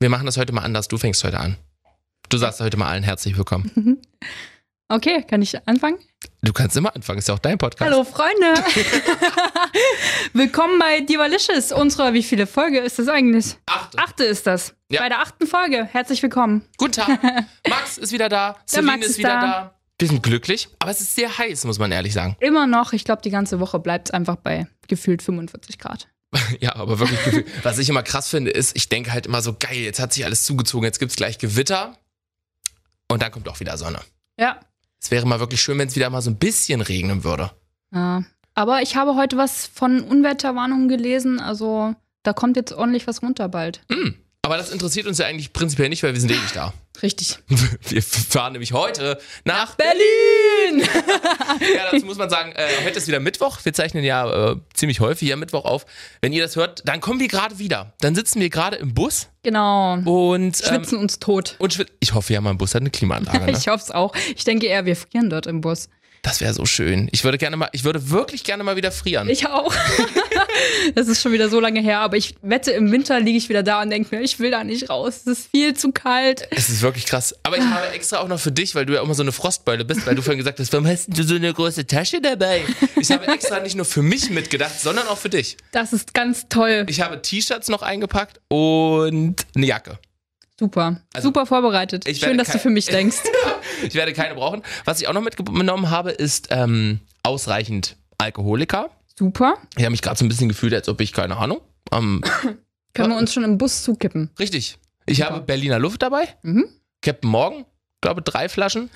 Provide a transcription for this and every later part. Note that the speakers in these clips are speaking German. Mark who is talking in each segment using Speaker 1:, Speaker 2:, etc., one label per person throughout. Speaker 1: Wir machen das heute mal anders. Du fängst heute an. Du sagst heute mal allen herzlich willkommen.
Speaker 2: Okay, kann ich anfangen?
Speaker 1: Du kannst immer anfangen, ist ja auch dein Podcast.
Speaker 2: Hallo Freunde! Willkommen bei Divalicious, unserer, wie viele Folge ist das eigentlich?
Speaker 1: Achte.
Speaker 2: Achte ist das.
Speaker 1: Ja.
Speaker 2: Bei der achten Folge. Herzlich willkommen.
Speaker 1: Guten Tag. Max ist wieder da. Celine
Speaker 2: Max
Speaker 1: ist
Speaker 2: ist
Speaker 1: wieder da.
Speaker 2: da.
Speaker 1: Wir sind glücklich, aber es ist sehr heiß, muss man ehrlich sagen.
Speaker 2: Immer noch, ich glaube, die ganze Woche bleibt es einfach bei gefühlt 45 Grad.
Speaker 1: Ja, aber wirklich. gefühlt. Was ich immer krass finde, ist, ich denke halt immer so, geil, jetzt hat sich alles zugezogen, jetzt gibt es gleich Gewitter und dann kommt auch wieder Sonne.
Speaker 2: Ja.
Speaker 1: Es wäre mal wirklich schön, wenn es wieder mal so ein bisschen regnen würde.
Speaker 2: ja. Aber ich habe heute was von Unwetterwarnungen gelesen, also da kommt jetzt ordentlich was runter bald.
Speaker 1: Hm. Aber das interessiert uns ja eigentlich prinzipiell nicht, weil wir sind eh nicht da.
Speaker 2: Richtig.
Speaker 1: Wir fahren nämlich heute nach
Speaker 2: Berlin!
Speaker 1: Ja, dazu muss man sagen, äh, heute ist wieder Mittwoch. Wir zeichnen ja äh, ziemlich häufig hier Mittwoch auf. Wenn ihr das hört, dann kommen wir gerade wieder. Dann sitzen wir gerade im Bus
Speaker 2: genau.
Speaker 1: und. Ähm,
Speaker 2: Schwitzen uns tot.
Speaker 1: und schwit- ich hoffe ja, mein Bus hat eine Klimaanlage. Ne?
Speaker 2: Ich hoffe es auch. Ich denke eher, wir frieren dort im Bus.
Speaker 1: Das wäre so schön. Ich würde gerne mal, ich würde wirklich gerne mal wieder frieren.
Speaker 2: Ich auch. das ist schon wieder so lange her, aber ich wette, im Winter liege ich wieder da und denke mir, ich will da nicht raus. Es ist viel zu kalt.
Speaker 1: es ist wirklich krass. Aber ich habe extra auch noch für dich, weil du ja immer so eine Frostbeule bist, weil du vorhin gesagt hast, warum hast denn du so eine große Tasche dabei? Ich habe extra nicht nur für mich mitgedacht, sondern auch für dich.
Speaker 2: Das ist ganz toll.
Speaker 1: Ich habe T-Shirts noch eingepackt und eine Jacke.
Speaker 2: Super.
Speaker 1: Also,
Speaker 2: Super vorbereitet.
Speaker 1: ich werde
Speaker 2: Schön, dass
Speaker 1: kein-
Speaker 2: du für mich denkst.
Speaker 1: Ich werde keine brauchen. Was ich auch noch mitgenommen habe, ist ähm, ausreichend Alkoholiker.
Speaker 2: Super.
Speaker 1: Ich habe mich gerade so ein bisschen gefühlt, als ob ich, keine Ahnung. Ähm,
Speaker 2: Können wir uns schon im Bus zukippen.
Speaker 1: richtig. Ich habe Berliner Luft dabei.
Speaker 2: Mhm.
Speaker 1: Captain Morgan. glaube, drei Flaschen.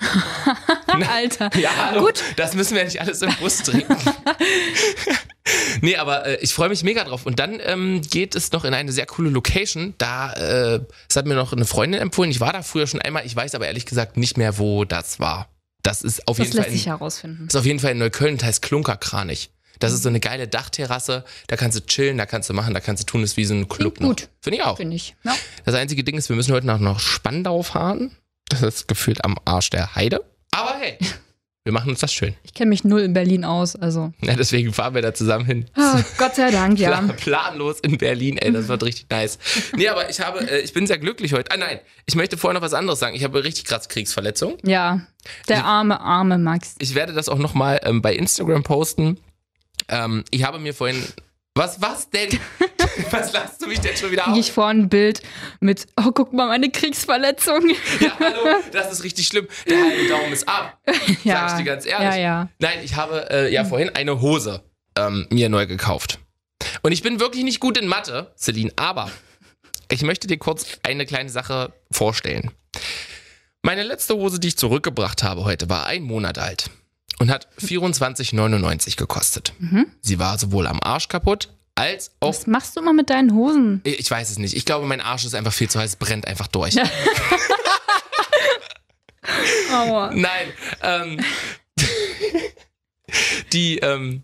Speaker 2: Alter.
Speaker 1: Ja, hallo.
Speaker 2: Gut.
Speaker 1: Das müssen wir ja nicht alles im Bus trinken. nee, aber äh, ich freue mich mega drauf. Und dann ähm, geht es noch in eine sehr coole Location. Da, äh, es hat mir noch eine Freundin empfohlen. Ich war da früher schon einmal. Ich weiß aber ehrlich gesagt nicht mehr, wo das war. Das ist auf
Speaker 2: Das
Speaker 1: jeden Fall.
Speaker 2: lässt
Speaker 1: in-
Speaker 2: sich herausfinden.
Speaker 1: Ist auf jeden Fall in Neukölln, das heißt Klunkerkranich. Das ist so eine geile Dachterrasse, da kannst du chillen, da kannst du machen, da kannst du tun, das ist wie so ein Club.
Speaker 2: Klingt gut.
Speaker 1: noch. Finde ich auch.
Speaker 2: Finde ich. Ja.
Speaker 1: Das einzige Ding ist, wir müssen heute noch nach Spandau fahren. Das ist gefühlt am Arsch der Heide. Aber hey, wir machen uns das schön.
Speaker 2: Ich kenne mich null in Berlin aus. Also.
Speaker 1: Ja, deswegen fahren wir da zusammen hin.
Speaker 2: Ah, Gott sei Dank, ja.
Speaker 1: Plan, planlos in Berlin, ey, das wird richtig nice. Nee, aber ich habe, äh, ich bin sehr glücklich heute. Ah nein, ich möchte vorher noch was anderes sagen. Ich habe richtig krass Kriegsverletzung.
Speaker 2: Ja. Der arme, arme Max.
Speaker 1: ich werde das auch nochmal ähm, bei Instagram posten. Ähm, ich habe mir vorhin. Was, was denn? was lachst du mich denn schon wieder
Speaker 2: Kriege
Speaker 1: auf?
Speaker 2: ich vor ein Bild mit, oh, guck mal, meine Kriegsverletzung.
Speaker 1: Ja, hallo, das ist richtig schlimm. Der halbe Daumen ist ab.
Speaker 2: ja.
Speaker 1: Sag ich dir ganz ehrlich.
Speaker 2: Ja, ja.
Speaker 1: Nein, ich habe äh, ja vorhin eine Hose ähm, mir neu gekauft. Und ich bin wirklich nicht gut in Mathe, Celine, aber ich möchte dir kurz eine kleine Sache vorstellen. Meine letzte Hose, die ich zurückgebracht habe heute, war ein Monat alt und hat 24,99 gekostet. Sie war sowohl am Arsch kaputt als auch.
Speaker 2: Was machst du immer mit deinen Hosen?
Speaker 1: Ich ich weiß es nicht. Ich glaube, mein Arsch ist einfach viel zu heiß, brennt einfach durch.
Speaker 2: Aua.
Speaker 1: Nein. Ähm, die, ähm,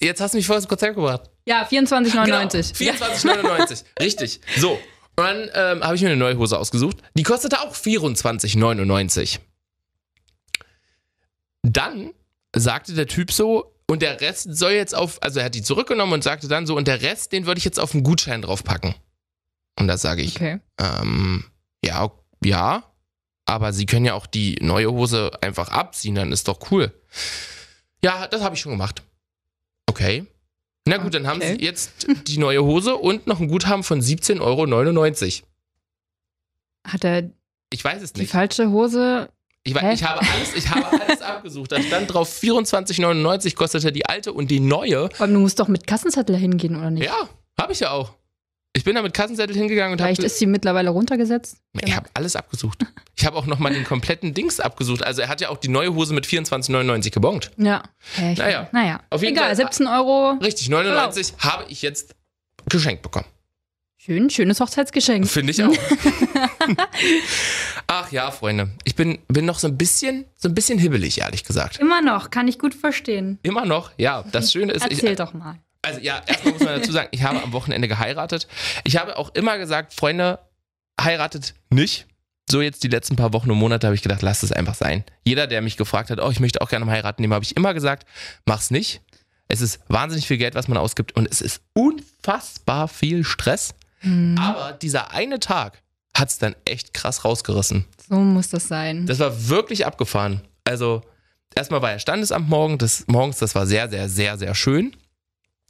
Speaker 1: jetzt hast du mich vor das Konzert gebracht.
Speaker 2: Ja, 24,99.
Speaker 1: Genau, 24,99. Richtig. So. Und dann ähm, habe ich mir eine neue Hose ausgesucht. Die kostete auch 24,99. Dann sagte der Typ so, und der Rest soll jetzt auf, also er hat die zurückgenommen und sagte dann so, und der Rest, den würde ich jetzt auf einen Gutschein draufpacken. Und da sage ich,
Speaker 2: Okay.
Speaker 1: ähm, ja, o- ja, aber sie können ja auch die neue Hose einfach abziehen, dann ist doch cool. Ja, das habe ich schon gemacht. Okay. Na gut, dann haben
Speaker 2: Okay.
Speaker 1: sie jetzt die neue Hose und noch ein Guthaben von 17,99 Euro.
Speaker 2: Hat er die
Speaker 1: Ich weiß es nicht.
Speaker 2: falsche Hose?
Speaker 1: Ich, wei-
Speaker 2: Hä?
Speaker 1: ich habe alles, ich habe alles abgesucht. Da stand drauf 24,99 kostete die alte und die neue.
Speaker 2: Aber du musst doch mit Kassenzettel hingehen, oder nicht?
Speaker 1: Ja, habe ich ja auch. Ich bin da mit Kassenzettel hingegangen und habe
Speaker 2: Vielleicht ist sie mittlerweile runtergesetzt.
Speaker 1: Ich habe alles abgesucht. Ich habe auch nochmal den kompletten Dings abgesucht. Also er hat ja auch die neue Hose mit 24,99 gebongt.
Speaker 2: Ja. Okay, ich-
Speaker 1: Naja.
Speaker 2: Naja.
Speaker 1: Auf jeden
Speaker 2: Egal,
Speaker 1: Fall-
Speaker 2: 17 Euro.
Speaker 1: Richtig, 99 Genau. habe ich jetzt geschenkt bekommen.
Speaker 2: Schön, schönes Hochzeitsgeschenk.
Speaker 1: Finde ich auch. Ach ja, Freunde. Ich bin, bin noch so ein bisschen, so ein bisschen hibbelig, ehrlich gesagt.
Speaker 2: Immer noch, kann ich gut verstehen.
Speaker 1: Immer noch, ja. Das Schöne ist, ich,
Speaker 2: Erzähl doch mal.
Speaker 1: Also ja, erstmal muss man dazu sagen, ich habe am Wochenende geheiratet. Ich habe auch immer gesagt, Freunde, heiratet nicht. So jetzt die letzten paar Wochen und Monate habe ich gedacht, lasst es einfach sein. Jeder, der mich gefragt hat, oh, ich möchte auch gerne mal heiraten, dem habe ich immer gesagt, mach's nicht. Es ist wahnsinnig viel Geld, was man ausgibt und es ist unfassbar viel Stress. Aber dieser eine Tag hat es dann echt krass rausgerissen.
Speaker 2: So muss das sein.
Speaker 1: Das war wirklich abgefahren. Also, erstmal war ja Standesamt morgen, das, morgens, das war sehr, sehr, sehr, sehr schön.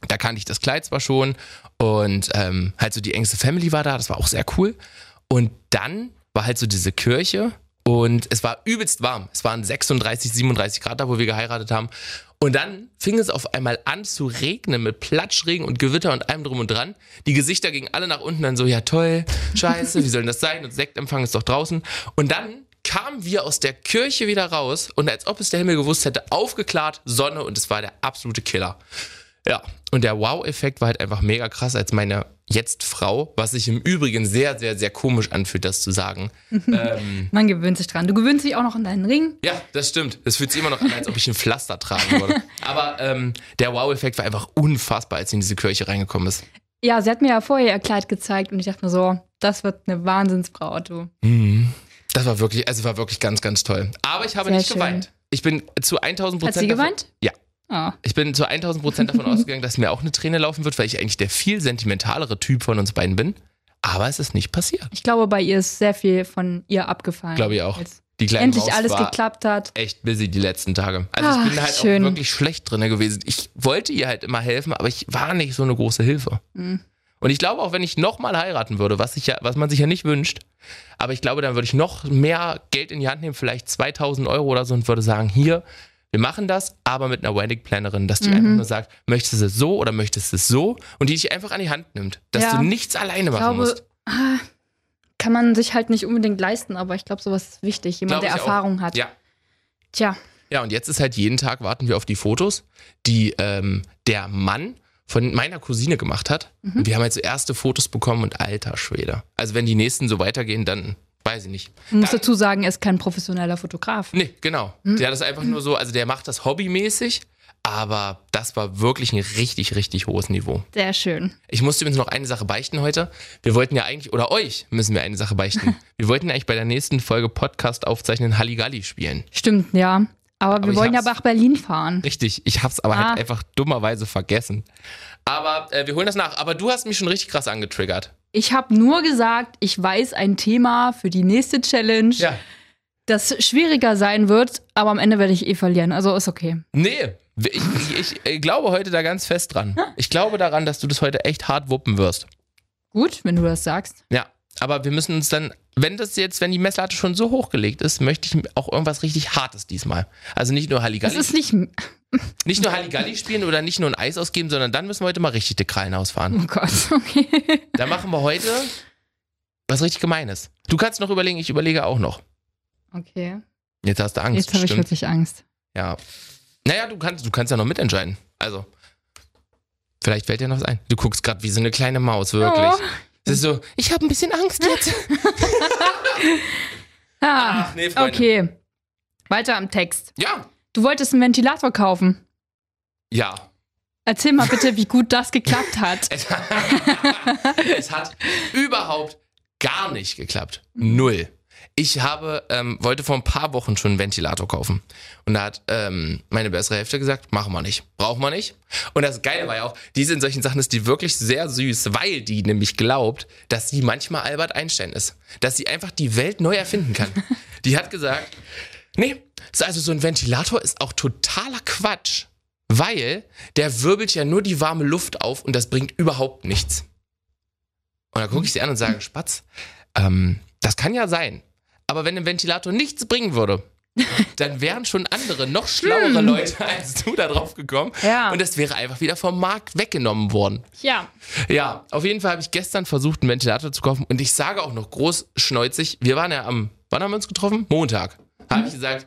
Speaker 1: Da kannte ich das Kleid zwar schon und ähm, halt so die engste Family war da, das war auch sehr cool. Und dann war halt so diese Kirche und es war übelst warm. Es waren 36, 37 Grad da, wo wir geheiratet haben. Und dann fing es auf einmal an zu regnen mit Platschregen und Gewitter und allem drum und dran. Die Gesichter gingen alle nach unten, dann so, ja toll, scheiße, wie soll denn das sein? Und Sektempfang ist doch draußen. Und dann kamen wir aus der Kirche wieder raus und als ob es der Himmel gewusst hätte, aufgeklärt, Sonne und es war der absolute Killer. Ja, und der Wow-Effekt war halt einfach mega krass, als meine jetzt Frau, was sich im Übrigen sehr, sehr, sehr komisch anfühlt, das zu sagen. ähm,
Speaker 2: Man gewöhnt sich dran. Du gewöhnst dich auch noch an deinen Ring.
Speaker 1: ja, das stimmt. Das fühlt sich immer noch an, als ob ich ein Pflaster tragen würde. Aber ähm, der Wow-Effekt war einfach unfassbar, als sie in diese Kirche reingekommen ist.
Speaker 2: Ja, sie hat mir ja vorher ihr Kleid gezeigt und ich dachte mir so, das wird eine Wahnsinnsbraut, du.
Speaker 1: Mhm. Das war wirklich, also war wirklich ganz, ganz toll. Aber ich habe
Speaker 2: Sehr
Speaker 1: nicht
Speaker 2: schön.
Speaker 1: geweint. Ich bin zu 1000
Speaker 2: Hat
Speaker 1: Prozent.
Speaker 2: sie geweint?
Speaker 1: Ja.
Speaker 2: Ah.
Speaker 1: Ich bin zu 1000 Prozent davon ausgegangen, dass mir auch eine Träne laufen wird, weil ich eigentlich der viel sentimentalere Typ von uns beiden bin. Aber es ist nicht passiert.
Speaker 2: Ich glaube, bei ihr ist sehr viel von ihr abgefallen.
Speaker 1: Glaube ich auch.
Speaker 2: Als
Speaker 1: Die kleine
Speaker 2: endlich
Speaker 1: Maus
Speaker 2: alles
Speaker 1: war
Speaker 2: geklappt hat.
Speaker 1: echt busy die letzten Tage. Also ich bin
Speaker 2: Ach,
Speaker 1: halt
Speaker 2: schön.
Speaker 1: auch wirklich schlecht drin gewesen. Ich wollte ihr halt immer helfen, aber ich war nicht so eine große Hilfe.
Speaker 2: Mhm.
Speaker 1: Und ich glaube, auch wenn ich nochmal heiraten würde, was, ich ja, was man sich ja nicht wünscht, aber ich glaube, dann würde ich noch mehr Geld in die Hand nehmen, vielleicht 2000 Euro oder so und würde sagen, hier, wir machen das, aber mit einer Wedding Plannerin, dass die
Speaker 2: Mhm.
Speaker 1: einfach nur sagt, möchtest du es so oder möchtest du es so und die dich einfach an die Hand nimmt, dass
Speaker 2: Ja.
Speaker 1: du nichts alleine machen
Speaker 2: Ich glaube,
Speaker 1: musst.
Speaker 2: ah, kann man sich halt nicht unbedingt leisten, aber ich glaube, sowas ist wichtig. Jemand,
Speaker 1: Glaube
Speaker 2: der
Speaker 1: ich auch.
Speaker 2: Erfahrung hat.
Speaker 1: Ja.
Speaker 2: Tja,
Speaker 1: Ja, und jetzt ist halt jeden Tag warten wir auf die Fotos, die ähm, der Mann von meiner Cousine gemacht hat.
Speaker 2: Mhm.
Speaker 1: Und wir haben jetzt erste Fotos bekommen und alter Schwede. Also wenn die nächsten so weitergehen, dann weiß ich nicht.
Speaker 2: man muss dazu sagen, er ist kein professioneller Fotograf.
Speaker 1: Nee, genau. Der hat das einfach nur so, also der macht das hobbymäßig, aber das war wirklich ein richtig, richtig hohes Niveau.
Speaker 2: Sehr schön.
Speaker 1: Ich musste übrigens noch eine Sache beichten heute. Wir wollten ja eigentlich, oder euch müssen wir eine Sache beichten. wir wollten ja eigentlich bei der nächsten Folge Podcast aufzeichnen, Halligalli spielen.
Speaker 2: Stimmt, ja. Aber, wir
Speaker 1: ich
Speaker 2: wollen ja
Speaker 1: hab's-
Speaker 2: nach Berlin fahren.
Speaker 1: Richtig, ich hab's aber
Speaker 2: Ah.
Speaker 1: halt einfach dummerweise vergessen. Aber äh, wir holen das nach. Aber du hast mich schon richtig krass angetriggert.
Speaker 2: Ich habe nur gesagt, ich weiß ein Thema für die nächste Challenge, das schwieriger sein wird, aber am Ende werde ich eh verlieren. Also ist okay.
Speaker 1: Nee, ich, ich, ich glaube heute da ganz fest dran. Ich glaube daran, dass du das heute echt hart wuppen wirst.
Speaker 2: Gut, wenn du das sagst.
Speaker 1: Ja, aber wir müssen uns dann, wenn das jetzt, wenn die Messlatte schon so hochgelegt ist, möchte ich auch irgendwas richtig Hartes diesmal. Also nicht nur
Speaker 2: Das
Speaker 1: Halligalli,
Speaker 2: ist nicht. Oh
Speaker 1: nicht nur Halligalli spielen oder nicht nur ein Eis ausgeben, sondern dann müssen wir heute mal richtig die Krallen ausfahren.
Speaker 2: Oh Gott, okay.
Speaker 1: Da machen wir heute was richtig Gemeines. Du kannst noch überlegen, ich überlege auch noch.
Speaker 2: Okay.
Speaker 1: Jetzt hast du Angst,
Speaker 2: Jetzt habe ich
Speaker 1: stimmt.
Speaker 2: wirklich Angst.
Speaker 1: Ja. Naja, du kannst, du kannst ja noch mitentscheiden. Also, vielleicht fällt dir noch was ein. Du guckst gerade wie so eine kleine Maus, wirklich.
Speaker 2: Oh.
Speaker 1: Das ist so, ich habe ein bisschen Angst jetzt.
Speaker 2: Ah,
Speaker 1: Ach, nee, Freunde.
Speaker 2: okay. Weiter am Text.
Speaker 1: Ja.
Speaker 2: Du wolltest einen Ventilator kaufen.
Speaker 1: Ja.
Speaker 2: Erzähl mal bitte, wie gut das geklappt hat.
Speaker 1: Es, es hat überhaupt gar nicht geklappt. Null. Ich habe, ähm, wollte vor ein paar Wochen schon einen Ventilator kaufen. Und da hat ähm, meine bessere Hälfte gesagt, machen wir nicht. Brauchen wir nicht. Und das Geile war ja auch, die ist in solchen Sachen ist die wirklich sehr süß, weil die nämlich glaubt, dass sie manchmal Albert Einstein ist. Dass sie einfach die Welt neu erfinden kann. Die hat gesagt, nee, ist also so ein Ventilator ist auch totaler Quatsch. Weil der wirbelt ja nur die warme Luft auf und das bringt überhaupt nichts. Und dann gucke ich sie an und sage, Spatz, ähm, das kann ja sein. Aber wenn ein Ventilator nichts bringen würde, dann wären schon andere, noch schlauere Leute als du da drauf gekommen.
Speaker 2: Ja.
Speaker 1: Und das wäre einfach wieder vom Markt weggenommen worden.
Speaker 2: Ja.
Speaker 1: Ja, auf jeden Fall habe ich gestern versucht, einen Ventilator zu kaufen. Und ich sage auch noch großschneuzig, wir waren ja am, wann haben wir uns getroffen? Montag. Habe ich gesagt,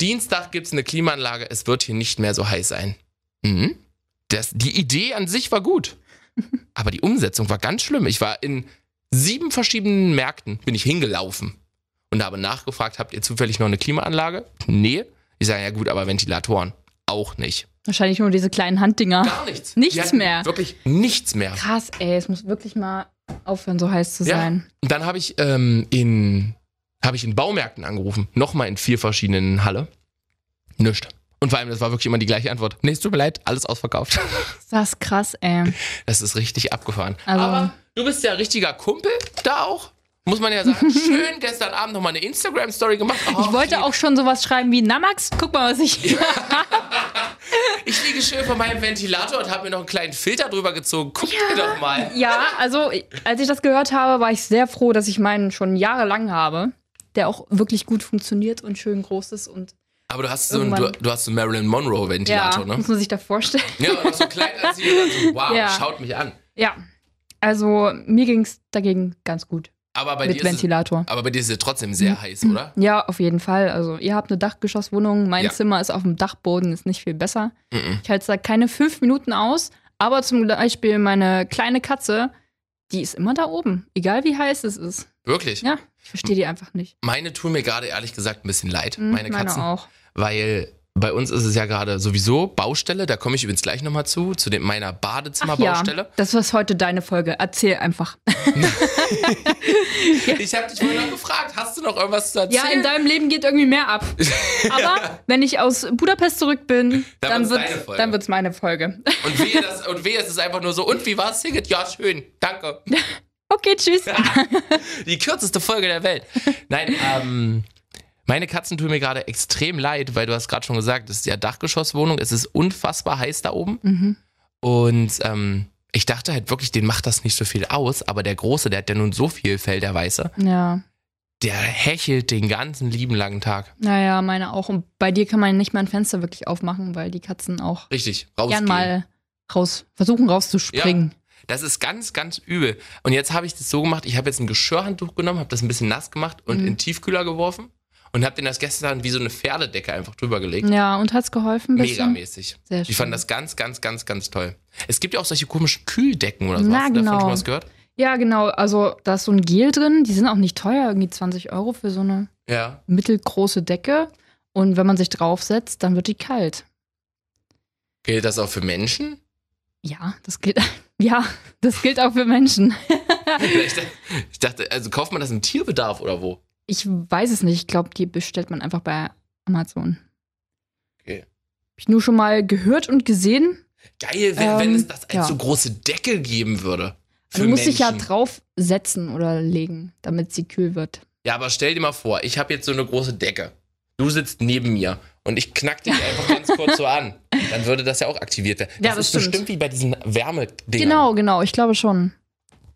Speaker 1: Dienstag gibt es eine Klimaanlage, es wird hier nicht mehr so heiß sein. Mhm. Das, die Idee an sich war gut. Aber die Umsetzung war ganz schlimm. Ich war in sieben verschiedenen Märkten, bin ich hingelaufen und habe nachgefragt, habt ihr zufällig noch eine Klimaanlage? Nee. Ich sage, ja gut, aber Ventilatoren auch nicht.
Speaker 2: Wahrscheinlich nur diese kleinen Handdinger.
Speaker 1: Gar nichts.
Speaker 2: Nichts
Speaker 1: Die hatten
Speaker 2: mehr.
Speaker 1: Wirklich nichts mehr.
Speaker 2: Krass, ey, es muss wirklich mal aufhören, so heiß zu sein.
Speaker 1: Und dann habe ich ähm, in habe ich in Baumärkten angerufen, nochmal in vier verschiedenen Halle. Nüscht. Und vor allem, das war wirklich immer die gleiche Antwort. Nee, es tut mir leid, alles ausverkauft.
Speaker 2: Ist das krass, ey.
Speaker 1: Das ist richtig abgefahren.
Speaker 2: Also-
Speaker 1: Aber du bist ja richtiger Kumpel da auch. muss man ja sagen, schön gestern Abend nochmal eine Instagram-Story gemacht. Oh,
Speaker 2: Ich wollte auch schon sowas schreiben wie, na Max, guck mal, was ich...
Speaker 1: Ich liege schön vor meinem Ventilator und habe mir noch einen kleinen Filter drüber gezogen. Guck dir doch mal.
Speaker 2: Ja, also als ich das gehört habe, war ich sehr froh, dass ich meinen schon jahrelang habe, der auch wirklich gut funktioniert und schön groß ist und
Speaker 1: Aber du hast so einen, du,
Speaker 2: Irgendwann.
Speaker 1: du hast so einen Marilyn Monroe-Ventilator,
Speaker 2: ja,
Speaker 1: ne?
Speaker 2: muss man sich da vorstellen.
Speaker 1: Ja, und auch so klein als sie, dann so, Also, wow,
Speaker 2: Ja.
Speaker 1: schaut mich an.
Speaker 2: Ja, also mir ging es dagegen ganz gut
Speaker 1: Aber bei, dir
Speaker 2: mit
Speaker 1: ist es,
Speaker 2: Ventilator.
Speaker 1: aber bei dir ist es trotzdem
Speaker 2: Mhm.
Speaker 1: sehr heiß, oder?
Speaker 2: Ja, auf jeden Fall. Also ihr habt eine Dachgeschosswohnung, mein
Speaker 1: Ja.
Speaker 2: Zimmer ist auf dem Dachboden, ist nicht viel besser.
Speaker 1: Mhm.
Speaker 2: Ich halte es da keine fünf Minuten aus, aber zum Beispiel meine kleine Katze, die ist immer da oben, egal wie heiß es ist.
Speaker 1: Wirklich.
Speaker 2: Ja, ich verstehe die einfach nicht.
Speaker 1: Meine tun mir gerade ehrlich gesagt ein bisschen leid,
Speaker 2: Hm,
Speaker 1: meine Katzen.
Speaker 2: auch.
Speaker 1: Weil bei uns ist es ja gerade sowieso Baustelle, da komme ich übrigens gleich nochmal zu, zu dem, meiner Badezimmerbaustelle.
Speaker 2: das ist heute deine Folge. Erzähl einfach.
Speaker 1: Ich habe dich vorhin noch gefragt, hast du noch irgendwas zu
Speaker 2: Ja, in
Speaker 1: erzählen?
Speaker 2: deinem Leben geht irgendwie mehr ab. Aber wenn ich aus Budapest zurück bin,
Speaker 1: Dann wird's
Speaker 2: dann,
Speaker 1: deine
Speaker 2: wird's,
Speaker 1: Folge.
Speaker 2: dann wird's meine Folge.
Speaker 1: und, wehe, das, und wehe, es ist einfach nur so, und wie war's, Sigrid? Ja, schön, danke.
Speaker 2: Okay, tschüss.
Speaker 1: Die kürzeste Folge der Welt. Nein, ähm, meine Katzen tun mir gerade extrem leid, weil du hast gerade schon gesagt, es ist ja Dachgeschosswohnung, es ist unfassbar heiß da oben.
Speaker 2: Mhm.
Speaker 1: Und ähm, ich dachte halt wirklich, den macht das nicht so viel aus, aber der Große, der hat ja nun so viel Fell, der Weiße,
Speaker 2: Ja,
Speaker 1: der hechelt den ganzen lieben langen Tag.
Speaker 2: naja, meine auch. Und bei dir kann man nicht mal ein Fenster wirklich aufmachen, weil die Katzen auch
Speaker 1: Richtig, rausgehen.
Speaker 2: gern mal raus versuchen rauszuspringen.
Speaker 1: Das ist ganz, ganz übel. Und jetzt habe ich das so gemacht, ich habe jetzt ein Geschirrhandtuch genommen, habe das ein bisschen nass gemacht und
Speaker 2: Mhm.
Speaker 1: in den Tiefkühler geworfen und habe den das gestern wie so eine Pferdedecke einfach drüber gelegt.
Speaker 2: Ja, und hat's geholfen? bisschen?
Speaker 1: Megamäßig.
Speaker 2: Sehr schön.
Speaker 1: Ich fand das ganz, ganz, ganz, ganz toll. Es gibt ja auch solche komischen Kühldecken oder so.
Speaker 2: Na,
Speaker 1: Hast du davon
Speaker 2: genau.
Speaker 1: schon was gehört?
Speaker 2: Ja, genau. Also da ist so ein Gel drin. Die sind auch nicht teuer, irgendwie 20 Euro für so eine
Speaker 1: Ja.
Speaker 2: mittelgroße Decke. Und wenn man sich draufsetzt, dann wird die kalt.
Speaker 1: Gilt das auch für Menschen?
Speaker 2: Ja, das gilt. Ja, das gilt auch für Menschen.
Speaker 1: ich dachte- ich dachte, also kauft man das im Tierbedarf oder wo?
Speaker 2: Ich weiß es nicht. Ich glaube, die bestellt man einfach bei Amazon.
Speaker 1: Okay.
Speaker 2: Hab ich nur schon mal gehört und gesehen.
Speaker 1: Geil, wenn, wenn
Speaker 2: Ähm,
Speaker 1: es das als
Speaker 2: ja.
Speaker 1: so große Decke geben würde. Für
Speaker 2: Du musst dich ja
Speaker 1: Menschen.
Speaker 2: draufsetzen oder legen, damit sie kühl wird.
Speaker 1: Ja, aber stell dir mal vor, ich habe jetzt so eine große Decke. Du sitzt neben mir und ich knack dich einfach ganz kurz so an. Dann würde das ja auch aktiviert werden.
Speaker 2: Ja, das
Speaker 1: ist
Speaker 2: stimmt.
Speaker 1: bestimmt wie bei diesen Wärmedingern.
Speaker 2: Genau, genau. Ich glaube schon.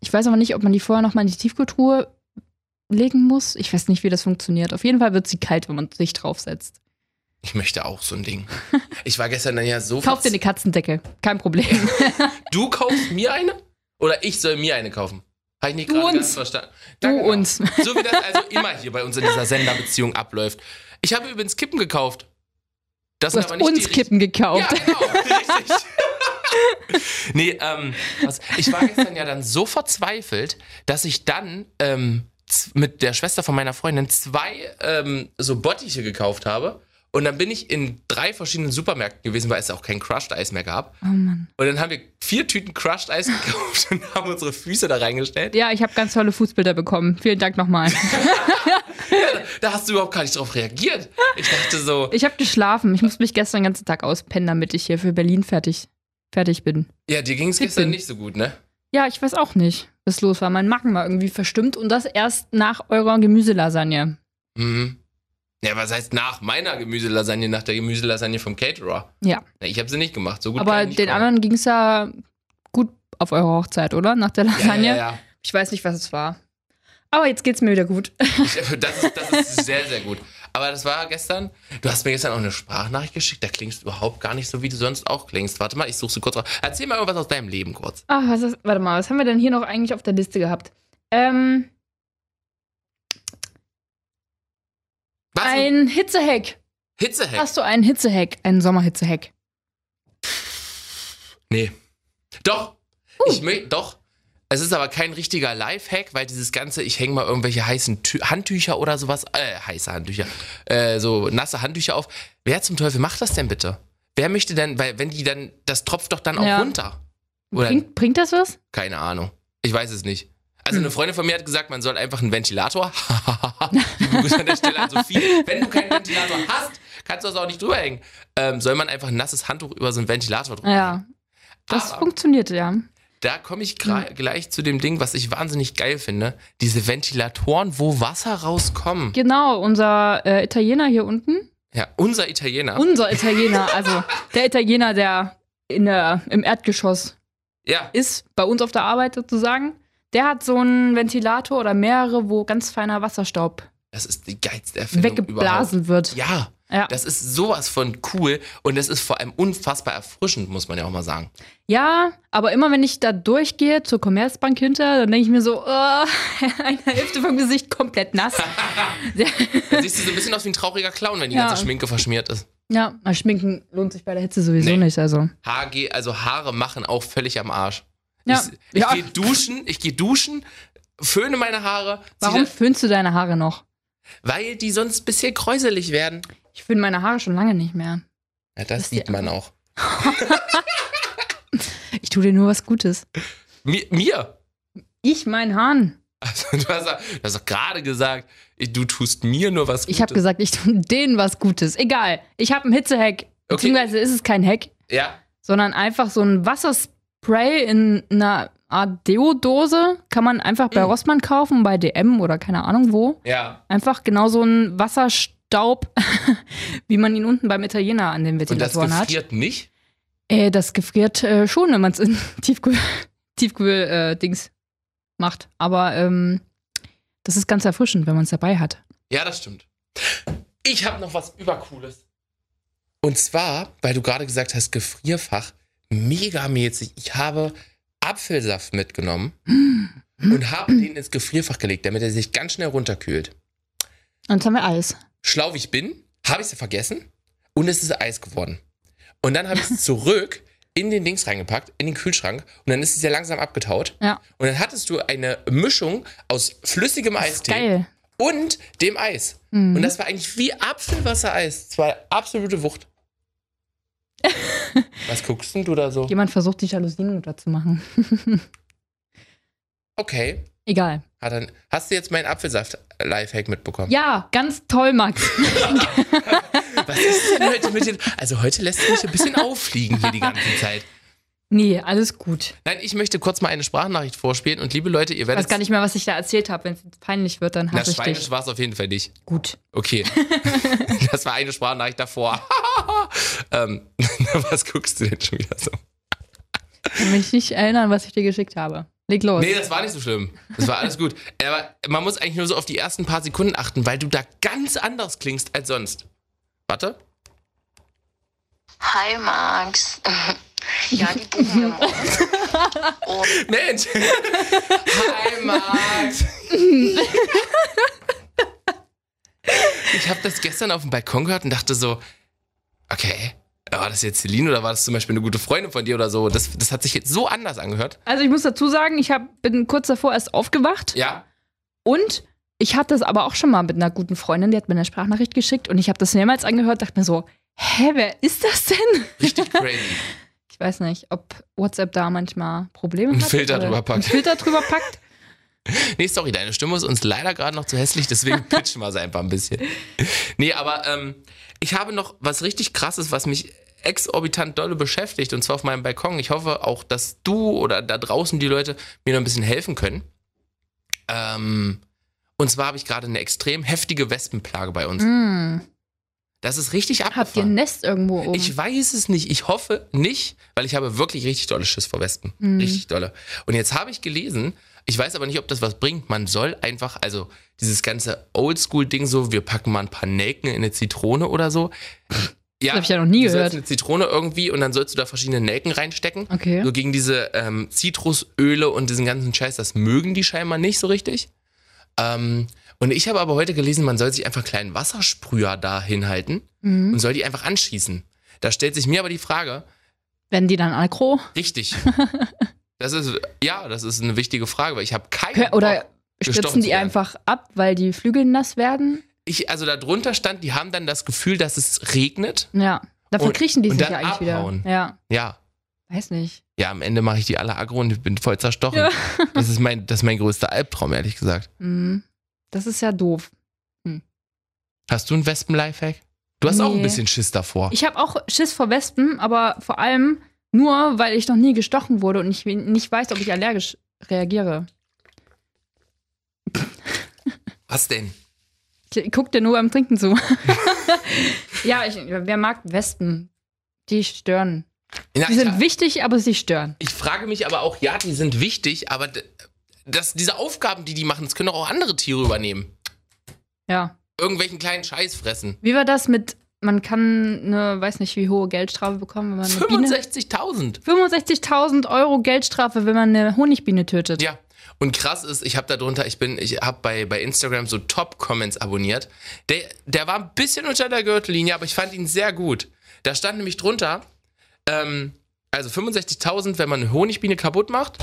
Speaker 2: Ich weiß aber nicht, ob man die vorher nochmal in die Tiefkultur legen muss. Ich weiß nicht, wie das funktioniert. Auf jeden Fall wird sie kalt, wenn man sich draufsetzt.
Speaker 1: Ich möchte auch so ein Ding. Ich war gestern dann ja so
Speaker 2: Kauf dir eine
Speaker 1: verz-
Speaker 2: Katzendecke. Kein Problem.
Speaker 1: Du kaufst mir eine? Oder ich soll mir eine kaufen? Habe ich nicht
Speaker 2: Du
Speaker 1: gerade ganz
Speaker 2: uns.
Speaker 1: verstanden.
Speaker 2: Du
Speaker 1: Danke, genau.
Speaker 2: uns.
Speaker 1: So wie das also immer hier bei uns in dieser Senderbeziehung abläuft. Ich habe übrigens Kippen gekauft. Das
Speaker 2: Du
Speaker 1: sind
Speaker 2: hast
Speaker 1: aber nicht die
Speaker 2: uns
Speaker 1: richtigen-
Speaker 2: Kippen gekauft.
Speaker 1: Ja, genau, richtig. nee, ähm, was, ich war gestern ja dann so verzweifelt, dass ich dann ähm, z- mit der Schwester von meiner Freundin zwei ähm, so Bottiche gekauft habe. Und dann bin ich in drei verschiedenen Supermärkten gewesen, weil es auch kein Crushed Eis mehr gab.
Speaker 2: Oh Mann.
Speaker 1: Und dann haben wir vier Tüten Crushed Eis gekauft und haben unsere Füße da reingestellt.
Speaker 2: Ja, ich habe ganz tolle Fußbilder bekommen. Vielen Dank nochmal.
Speaker 1: Da hast du überhaupt gar nicht drauf reagiert. Ich dachte so,
Speaker 2: Ich habe geschlafen. Ich musste mich gestern den ganzen Tag auspennen, damit ich hier für Berlin fertig, fertig bin.
Speaker 1: ja, dir ging es
Speaker 2: Ich
Speaker 1: gestern
Speaker 2: bin-
Speaker 1: nicht so gut, ne?
Speaker 2: Ja, ich weiß auch nicht, was los war. Mein Magen war irgendwie verstimmt und das erst nach eurer Gemüselasagne.
Speaker 1: Mhm. Ja, was heißt nach meiner Gemüselasagne, nach der Gemüselasagne vom Caterer?
Speaker 2: Ja,
Speaker 1: Ja, ich habe sie nicht gemacht, so gut kann
Speaker 2: aber
Speaker 1: ich nicht
Speaker 2: den
Speaker 1: kochen.
Speaker 2: anderen ging es ja gut auf eurer Hochzeit, oder? Nach der Lasagne.
Speaker 1: Ja, ja,
Speaker 2: Ich weiß nicht, was es war. Aber jetzt geht's mir wieder gut.
Speaker 1: ja, ja. Das, ist, das ist sehr, sehr gut. Aber das war gestern. Du hast mir gestern auch eine Sprachnachricht geschickt. Da klingst du überhaupt gar nicht so, wie du sonst auch klingst. Warte mal, ich suche sie kurz raus. Erzähl mal irgendwas aus deinem Leben kurz.
Speaker 2: Ach, Ah, was ist, warte mal, was haben wir denn hier noch eigentlich auf der Liste gehabt? Ähm,
Speaker 1: Was?
Speaker 2: ein Hitzehack.
Speaker 1: Hitzehack?
Speaker 2: Hast du einen Hitzehack? Einen Sommerhitzehack?
Speaker 1: Nee. Doch. Ich mö- doch. Es ist aber kein richtiger Lifehack, weil dieses ganze, ich hänge mal irgendwelche heißen Tü Handtücher oder sowas, äh, heiße Handtücher, äh, so nasse Handtücher auf. Wer zum Teufel macht das denn bitte? Wer möchte denn, weil wenn die dann, das tropft doch dann auch
Speaker 2: Ja.
Speaker 1: runter. Oder
Speaker 2: Bringt, bringt das was?
Speaker 1: keine Ahnung. Ich weiß es nicht. Also eine Freundin von mir hat gesagt, man soll einfach einen Ventilator. Liebe Grüße an der Stelle an Sophie. Wenn du keinen Ventilator hast, kannst du das auch nicht drüber hängen. Ähm, soll man einfach ein nasses Handtuch über so einen Ventilator drüber hängen.
Speaker 2: Ja. Das
Speaker 1: Aber-
Speaker 2: funktionierte ja.
Speaker 1: Da komme ich gra-
Speaker 2: Hm.
Speaker 1: gleich zu dem Ding, was ich wahnsinnig geil finde. Diese Ventilatoren, wo Wasser rauskommen.
Speaker 2: Genau, unser äh, Italiener hier unten.
Speaker 1: Ja, unser Italiener.
Speaker 2: Unser Italiener, also der Italiener, der, in der im Erdgeschoss
Speaker 1: ja,
Speaker 2: ist, bei uns auf der Arbeit sozusagen, der hat so einen Ventilator oder mehrere, wo ganz feiner Wasserstaub
Speaker 1: das ist die geilste Erfindung
Speaker 2: weggeblasen wird.
Speaker 1: überhaupt. Ja,
Speaker 2: Ja.
Speaker 1: das ist sowas von cool und das ist vor allem unfassbar erfrischend, muss man ja auch mal sagen.
Speaker 2: ja, aber immer wenn ich da durchgehe zur Commerzbank hinter, dann denke ich mir so, oh, eine Hälfte vom Gesicht komplett nass.
Speaker 1: Da siehst du so ein bisschen aus wie ein trauriger Clown, wenn die
Speaker 2: Ja.
Speaker 1: ganze Schminke verschmiert ist.
Speaker 2: ja, mal schminken lohnt sich bei der Hitze sowieso
Speaker 1: Nee.
Speaker 2: nicht. Also.
Speaker 1: HG, also Haare machen auch völlig am Arsch.
Speaker 2: Ja.
Speaker 1: Ich, ich
Speaker 2: Ja.
Speaker 1: gehe duschen, ich gehe duschen, föhne meine Haare, zieh
Speaker 2: Warum
Speaker 1: da-
Speaker 2: föhnst du deine Haare noch?
Speaker 1: weil die sonst ein bisschen kräuselig werden.
Speaker 2: Ich föhne meine Haare schon lange nicht mehr.
Speaker 1: Ja, das,
Speaker 2: Ist die-
Speaker 1: sieht man auch.
Speaker 2: Ich tue dir nur was Gutes.
Speaker 1: Mir? mir.
Speaker 2: Ich meinen Haaren.
Speaker 1: Also, du hast, ja- du hast doch gerade gesagt, du tust mir nur was Gutes.
Speaker 2: Ich habe gesagt, ich tue denen was Gutes. Egal. Ich habe einen Hitzehack. Beziehungsweise ist es kein Hack,
Speaker 1: Ja,
Speaker 2: sondern einfach so ein Wasserspray in einer Art Deo-Dose. Kann man einfach bei
Speaker 1: Mhm.
Speaker 2: Rossmann kaufen, bei DM oder keine Ahnung wo.
Speaker 1: ja.
Speaker 2: Einfach genau so ein Wasserstaub, wie man ihn unten beim Italiener an den
Speaker 1: Und das
Speaker 2: Ventilatoren hat.
Speaker 1: gefriert nicht?
Speaker 2: Äh, das gefriert äh, schon, wenn man es in Tiefkühl, Tiefkühl-Dings macht. Aber ähm, das ist ganz erfrischend, wenn man es dabei hat.
Speaker 1: Ja, das stimmt. Ich habe noch was übercooles. Und zwar, weil du gerade gesagt hast, Gefrierfach, megamäßig. Ich habe Apfelsaft mitgenommen und habe den ins Gefrierfach gelegt, damit er sich ganz schnell runterkühlt.
Speaker 2: Und jetzt haben wir Eis.
Speaker 1: Schlau wie ich bin, habe ich es vergessen und es ist Eis geworden. Und dann habe ich es zurück in den Dings reingepackt, in den Kühlschrank und dann ist es ja langsam abgetaut.
Speaker 2: Ja.
Speaker 1: Und dann hattest du eine Mischung aus flüssigem
Speaker 2: Das ist
Speaker 1: Eistee
Speaker 2: geil.
Speaker 1: und dem Eis.
Speaker 2: Mhm.
Speaker 1: Und das war eigentlich wie Apfelwassereis. Es war absolute Wucht. Was guckst denn du da so?
Speaker 2: Jemand versucht, die Jalousien runterzumachen.
Speaker 1: Okay.
Speaker 2: Egal.
Speaker 1: Hat dann, hast du jetzt meinen Apfelsaft-Lifehack mitbekommen?
Speaker 2: Ja, ganz toll, Max.
Speaker 1: Was ist denn heute mit dir? Also heute lässt du mich ein bisschen auffliegen hier die ganze Zeit.
Speaker 2: Nee, alles gut.
Speaker 1: Nein, ich möchte kurz mal eine Sprachnachricht vorspielen und liebe Leute, ihr
Speaker 2: Ich weiß
Speaker 1: werdet...
Speaker 2: gar nicht mehr, was ich da erzählt habe. Wenn es jetzt peinlich wird, dann
Speaker 1: Na,
Speaker 2: hasse ich
Speaker 1: Schweinisch
Speaker 2: dich.
Speaker 1: war es auf jeden Fall nicht.
Speaker 2: Gut.
Speaker 1: Okay. das war eine Sprachnachricht davor. ähm, was guckst du denn schon wieder so?
Speaker 2: Ich kann mich nicht erinnern, was ich dir geschickt habe. Leg los.
Speaker 1: Nee, das war nicht so schlimm. Das war alles gut. Aber man muss eigentlich nur so auf die ersten paar Sekunden achten, weil du da ganz anders klingst als sonst. Warte.
Speaker 3: Hi Max. Ja, die buchen wir morgen. Und
Speaker 1: Mensch! Hi, Max! Ich habe das gestern auf dem Balkon gehört und dachte so, okay, war das jetzt Celine oder war das zum Beispiel eine gute Freundin von dir oder so? Das, das hat sich jetzt so anders angehört.
Speaker 2: Also ich muss dazu sagen, ich hab, bin kurz davor erst aufgewacht.
Speaker 1: Ja,
Speaker 2: Und ich hatte es aber auch schon mal mit einer guten Freundin, die hat mir eine Sprachnachricht geschickt und ich habe das mehrmals angehört, dachte mir so, hä, wer ist das denn?
Speaker 1: richtig crazy.
Speaker 2: Ich weiß nicht, ob WhatsApp da manchmal Probleme
Speaker 1: Einen
Speaker 2: hat.
Speaker 1: Filter
Speaker 2: oder
Speaker 1: drüber packt.
Speaker 2: Einen Filter drüber packt.
Speaker 1: Nee, sorry, deine Stimme ist uns leider gerade noch zu hässlich, deswegen pitchen wir sie einfach ein bisschen. Nee, aber ähm, ich habe noch was richtig krasses, was mich exorbitant dolle beschäftigt, und zwar auf meinem Balkon. Ich hoffe auch, dass du oder da draußen die Leute mir noch ein bisschen helfen können. Ähm, und zwar habe ich gerade eine extrem heftige Wespenplage bei uns.
Speaker 2: Hm.
Speaker 1: Das ist richtig
Speaker 2: Habt ihr ein
Speaker 1: abgefahren.
Speaker 2: Nest irgendwo oben?
Speaker 1: Ich weiß es nicht. Ich hoffe nicht, weil ich habe wirklich richtig dolle Schiss vor Wespen.
Speaker 2: Mhm.
Speaker 1: Richtig dolle. Und jetzt habe ich gelesen, ich weiß aber nicht, ob das was bringt. Man soll einfach, also dieses ganze Oldschool-Ding so, wir packen mal ein paar Nelken in eine Zitrone oder so. Ja,
Speaker 2: hab ich ja noch nie
Speaker 1: du sollst
Speaker 2: gehört.
Speaker 1: eine Zitrone irgendwie und dann sollst du da verschiedene Nelken reinstecken.
Speaker 2: okay.
Speaker 1: So gegen diese ähm, Zitrusöle und diesen ganzen Scheiß, das mögen die scheinbar nicht so richtig. Ähm, und ich habe aber heute gelesen, man soll sich einfach kleinen Wassersprüher da hinhalten
Speaker 2: Mhm.
Speaker 1: und soll die einfach anschießen. Da stellt sich mir aber die Frage,
Speaker 2: Werden die dann aggro?
Speaker 1: richtig. das ist, ja, das ist eine wichtige Frage, weil ich habe keinen
Speaker 2: Kö- Oder
Speaker 1: Bock. gestochen
Speaker 2: stürzen
Speaker 1: zu
Speaker 2: die
Speaker 1: werden.
Speaker 2: einfach ab, weil die Flügel nass werden?
Speaker 1: Ich, also darunter stand, die haben dann das Gefühl, dass es regnet.
Speaker 2: Ja. Dafür
Speaker 1: Und-
Speaker 2: kriechen die
Speaker 1: und
Speaker 2: sich
Speaker 1: dann
Speaker 2: ja eigentlich
Speaker 1: abhauen.
Speaker 2: wieder. Ja.
Speaker 1: Ja.
Speaker 2: Weiß nicht.
Speaker 1: Ja, am Ende mache ich die alle aggro und ich bin voll zerstochen.
Speaker 2: Ja.
Speaker 1: Das, ist mein, das ist mein größter Albtraum, ehrlich gesagt.
Speaker 2: Hm. Das ist ja doof.
Speaker 1: Hast du einen Wespen-Lifehack? Du hast auch ein
Speaker 2: Nee.
Speaker 1: bisschen Schiss davor.
Speaker 2: Ich habe auch Schiss vor Wespen, aber vor allem Nur weil ich noch nie gestochen wurde und ich nicht weiß, ob ich allergisch reagiere.
Speaker 1: Was denn?
Speaker 2: Ich guck dir nur beim Trinken zu. ja, ich, wer mag Wespen? Die stören.
Speaker 1: Na,
Speaker 2: Die
Speaker 1: ich,
Speaker 2: sind wichtig, aber sie stören.
Speaker 1: ich frage mich aber auch, ja, die sind wichtig, aber d- das, diese Aufgaben, die die machen, das können doch auch andere Tiere übernehmen.
Speaker 2: Ja.
Speaker 1: Irgendwelchen kleinen Scheiß fressen.
Speaker 2: Wie war das mit, man kann eine, weiß nicht, wie hohe Geldstrafe bekommen, wenn man eine Biene.
Speaker 1: 65.000.
Speaker 2: 65.000 Euro Geldstrafe, wenn man eine Honigbiene tötet.
Speaker 1: Ja. Und krass ist, ich habe da drunter, ich bin, ich habe bei, bei Instagram so Top-Comments abonniert. Der, der war ein bisschen unter der Gürtellinie, aber ich fand ihn sehr gut. Da stand nämlich drunter, ähm, also 65.000, wenn man eine Honigbiene kaputt macht.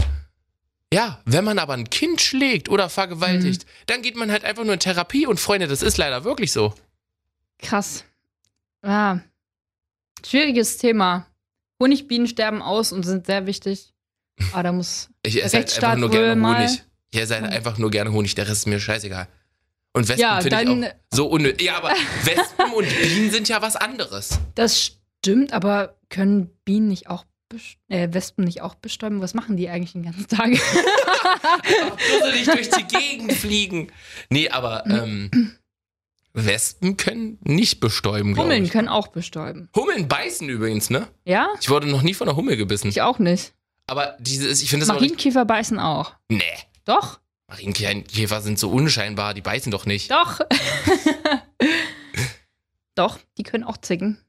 Speaker 1: Ja, wenn man aber ein Kind schlägt oder vergewaltigt,
Speaker 2: Mhm.
Speaker 1: dann geht man halt einfach nur in Therapie. Und Freunde, das ist leider wirklich so.
Speaker 2: Krass. Ja. Schwieriges Thema. Honigbienen sterben aus und sind sehr wichtig. Aber da muss.
Speaker 1: Ich esse halt einfach
Speaker 2: Rechtsstaat
Speaker 1: nur
Speaker 2: wohl
Speaker 1: gerne
Speaker 2: mal.
Speaker 1: Honig. Ich esse halt einfach nur gerne Honig, der Rest ist mir scheißegal. Und Wespen
Speaker 2: Ja,
Speaker 1: finde ich auch
Speaker 2: dann-
Speaker 1: so unnötig. Ja, aber Wespen und Bienen sind ja was anderes.
Speaker 2: Das stimmt, aber können Bienen nicht auch. best- Äh, Wespen nicht auch bestäuben? Was machen die eigentlich den ganzen Tag?
Speaker 1: dusselig durch die Gegend fliegen. Nee, aber
Speaker 2: Hm.
Speaker 1: ähm, Wespen können nicht bestäuben, glaube
Speaker 2: Hummeln
Speaker 1: ich.
Speaker 2: können auch bestäuben.
Speaker 1: Hummeln beißen übrigens, ne?
Speaker 2: Ja?
Speaker 1: Ich wurde noch nie von einer Hummel gebissen.
Speaker 2: Ich auch nicht.
Speaker 1: Aber dieses, ich finde das auch nicht.
Speaker 2: Marienkäfer beißen auch.
Speaker 1: Nee.
Speaker 2: Doch,
Speaker 1: Marienkäfer sind so unscheinbar, die beißen doch nicht.
Speaker 2: doch. doch, die können auch zicken.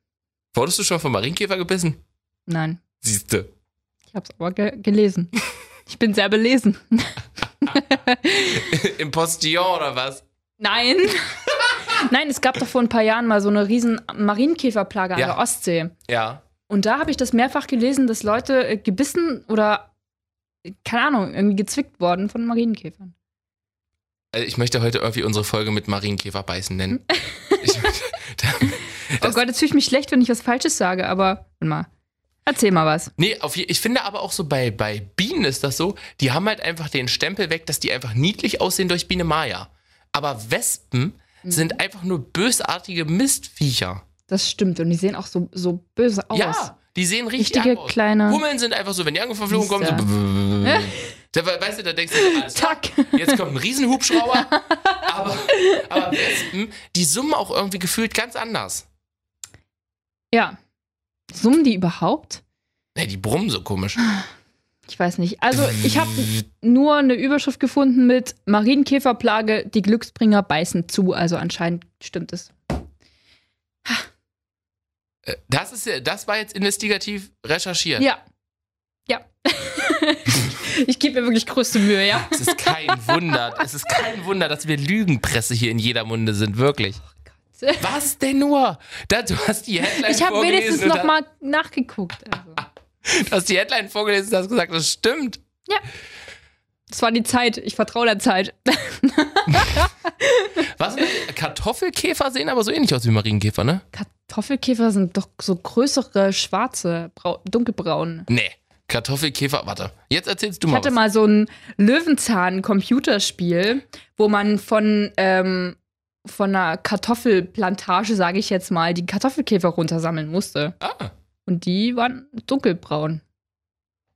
Speaker 1: Wurdest du schon von Marienkäfer gebissen?
Speaker 2: Nein,
Speaker 1: Siehste.
Speaker 2: ich hab's aber ge gelesen. Ich bin sehr belesen.
Speaker 1: Im Postillon oder was?
Speaker 2: Nein. Nein, es gab doch vor ein paar Jahren mal so eine riesen Marienkäferplage
Speaker 1: Ja.
Speaker 2: an der Ostsee.
Speaker 1: Ja.
Speaker 2: Und da habe ich das mehrfach gelesen, dass Leute äh, gebissen oder, äh, keine Ahnung, irgendwie gezwickt worden von Marienkäfern.
Speaker 1: Also ich möchte heute irgendwie unsere Folge mit Marienkäfer beißen nennen. Ich möchte,
Speaker 2: Oh Gott, jetzt fühle ich mich schlecht, wenn ich was Falsches sage, aber warte mal. Erzähl mal was.
Speaker 1: Nee, auf je, ich finde aber auch so bei, bei Bienen ist das so, die haben halt einfach den Stempel weg, dass die einfach niedlich aussehen durch Biene Maya. Aber Wespen
Speaker 2: Mhm.
Speaker 1: sind einfach nur bösartige Mistviecher.
Speaker 2: Das stimmt. Und die sehen auch so, so böse aus.
Speaker 1: Ja, die sehen richtig
Speaker 2: Oh, Richtige
Speaker 1: arg aus.
Speaker 2: kleine-
Speaker 1: Hummeln sind einfach so, wenn die angeflogen kommen, so. Da, we- weißt du, da denkst du, alles klar,
Speaker 2: Zack.
Speaker 1: jetzt kommt ein Riesenhubschrauber. aber, aber Wespen, die summen auch irgendwie gefühlt ganz anders.
Speaker 2: Ja. Summen die überhaupt?
Speaker 1: Nee, die brummen so komisch.
Speaker 2: Ich weiß nicht. Also, ich habe nur eine Überschrift gefunden mit Marienkäferplage, die Glücksbringer beißen zu. Also, anscheinend stimmt es.
Speaker 1: Äh, Das, ist, ja- das war jetzt investigativ recherchiert.
Speaker 2: Ja. Ja. ich gebe mir wirklich größte Mühe, ja.
Speaker 1: Es ist kein Wunder, es ist kein Wunder, dass wir Lügenpresse hier in jeder Munde sind, wirklich. Was denn nur? Da, du hast die Headline
Speaker 2: Ich habe
Speaker 1: vorgelesen
Speaker 2: wenigstens
Speaker 1: und
Speaker 2: noch mal nachgeguckt. Also.
Speaker 1: hast- hast die Headline vorgelesen und hast gesagt, das stimmt.
Speaker 2: Das war die Zeit. Ich vertraue der Zeit.
Speaker 1: Was? Kartoffelkäfer sehen aber so ähnlich aus wie Marienkäfer, ne?
Speaker 2: Kartoffelkäfer sind doch so größere, schwarze, brau dunkelbraune.
Speaker 1: Nee. Kartoffelkäfer, warte. Jetzt erzählst du
Speaker 2: Ich
Speaker 1: mal.
Speaker 2: hatte
Speaker 1: was.
Speaker 2: mal so ein Löwenzahn-Computerspiel, wo man von, ähm, von einer Kartoffelplantage, sage ich jetzt mal, die Kartoffelkäfer runtersammeln musste.
Speaker 1: Ah,
Speaker 2: Und die waren dunkelbraun.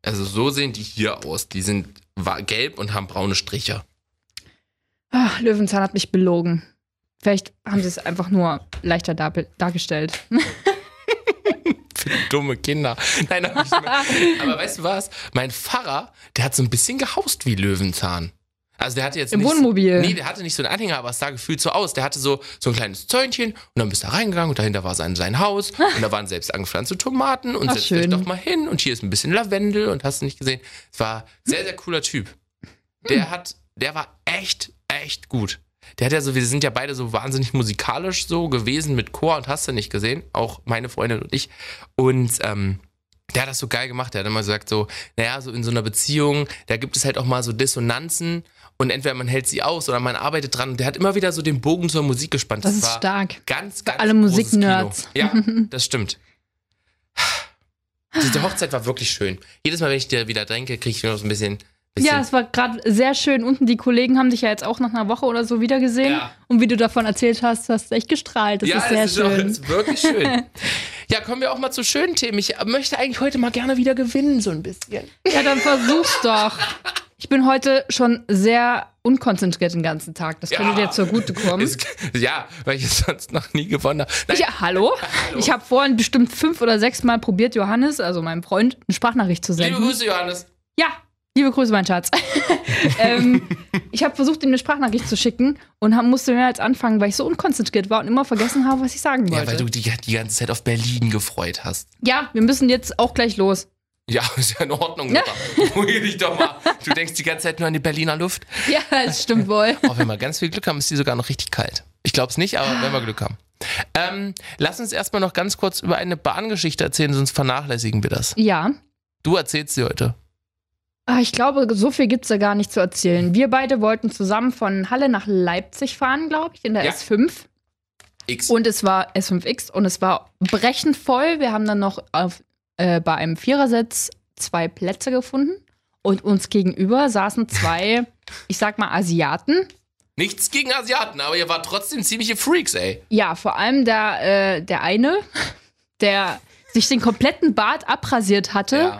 Speaker 1: also so sehen die hier aus. Die sind wa- gelb und haben braune Striche.
Speaker 2: Ah, Löwenzahn hat mich belogen. Vielleicht haben sie es einfach nur leichter dar dargestellt.
Speaker 1: Dumme Kinder. Nein, hab ich nicht mehr. aber weißt du was? Mein Pfarrer, der hat so ein bisschen gehaust wie Löwenzahn. Also der hatte jetzt
Speaker 2: Im
Speaker 1: nicht
Speaker 2: Wohnmobil.
Speaker 1: So, nee, der hatte nicht so einen Anhänger, aber es sah gefühlt so aus. Der hatte so, so ein kleines Zäunchen und dann bist du da reingegangen und dahinter war sein, sein Haus und da waren selbst angepflanzte Tomaten und
Speaker 2: Ach,
Speaker 1: setz dich
Speaker 2: schön.
Speaker 1: doch mal hin und hier ist ein bisschen Lavendel und hast du nicht gesehen. Es war sehr, sehr cooler Typ. Der hat, der war echt, echt gut. Der hat ja so, wir sind ja beide so wahnsinnig musikalisch so gewesen mit Chor und hast du nicht gesehen, auch meine Freundin und ich. Und ähm, der hat das so geil gemacht. Der hat immer gesagt so, naja, so in so einer Beziehung, da gibt es halt auch mal so Dissonanzen und entweder man hält sie aus oder man arbeitet dran. Und der hat immer wieder so den Bogen zur Musik gespannt.
Speaker 2: Das ist stark.
Speaker 1: Ganz, ganz
Speaker 2: alle
Speaker 1: großes
Speaker 2: Musiknerds.
Speaker 1: Kino. Ja, das stimmt. Diese Hochzeit war wirklich schön. Jedes Mal, wenn ich dir wieder denke, kriege ich nur so ein bisschen. bisschen
Speaker 2: Ja, es war gerade sehr schön. Unten die Kollegen haben dich ja jetzt auch nach einer Woche oder so wiedergesehen.
Speaker 1: Ja.
Speaker 2: Und wie du davon erzählt hast, hast du echt gestrahlt. Das
Speaker 1: ja,
Speaker 2: ist sehr
Speaker 1: das ist, auch-
Speaker 2: schön.
Speaker 1: das ist wirklich schön. Ja, kommen wir auch mal zu schönen Themen. Ich möchte eigentlich heute mal gerne wieder gewinnen, so ein bisschen.
Speaker 2: Ja, dann versuch's doch. Ich bin heute schon sehr unkonzentriert den ganzen Tag. Das könnte
Speaker 1: Ja.
Speaker 2: dir zugute kommen.
Speaker 1: Ist, ja, weil ich sonst noch nie gewonnen habe. Nein,
Speaker 2: Ich, hallo?
Speaker 1: Hallo.
Speaker 2: Ich habe vorhin bestimmt fünf oder sechs Mal probiert, Johannes, also meinem Freund, eine Sprachnachricht zu
Speaker 1: liebe
Speaker 2: senden.
Speaker 1: Grüße, Johannes.
Speaker 2: Ja, liebe Grüße, mein Schatz. ähm, ich habe versucht, ihm eine Sprachnachricht zu schicken und hab, musste mehr als anfangen, weil ich so unkonzentriert war und immer vergessen habe, was ich sagen
Speaker 1: Ja,
Speaker 2: wollte.
Speaker 1: weil du dich die ganze Zeit auf Berlin gefreut hast.
Speaker 2: Ja, wir müssen jetzt auch gleich los.
Speaker 1: Ja, ist ja in Ordnung, Mutter. Beruhige dich doch mal. Du denkst die ganze Zeit nur an die Berliner Luft.
Speaker 2: Ja, das stimmt wohl.
Speaker 1: Auch wenn wir ganz viel Glück haben, ist die sogar noch richtig kalt. Ich glaube es nicht, aber wenn wir Glück haben. Ähm, lass uns erstmal noch ganz kurz über eine Bahngeschichte erzählen, sonst vernachlässigen wir das.
Speaker 2: Ja.
Speaker 1: Du erzählst sie heute.
Speaker 2: Ah, Ich glaube, so viel gibt's da gar nicht zu erzählen. Wir beide wollten zusammen von Halle nach Leipzig fahren, glaube ich, in der
Speaker 1: Ja.
Speaker 2: S5.
Speaker 1: X.
Speaker 2: Und es war S5X und es war brechend voll. Wir haben dann noch auf, äh, bei einem Vierersitz zwei Plätze gefunden und uns gegenüber saßen zwei, ich sag mal, Asiaten.
Speaker 1: Nichts gegen Asiaten, aber ihr wart trotzdem ziemliche Freaks, ey.
Speaker 2: Ja, vor allem der, äh, der eine, der sich den kompletten Bart abrasiert hatte,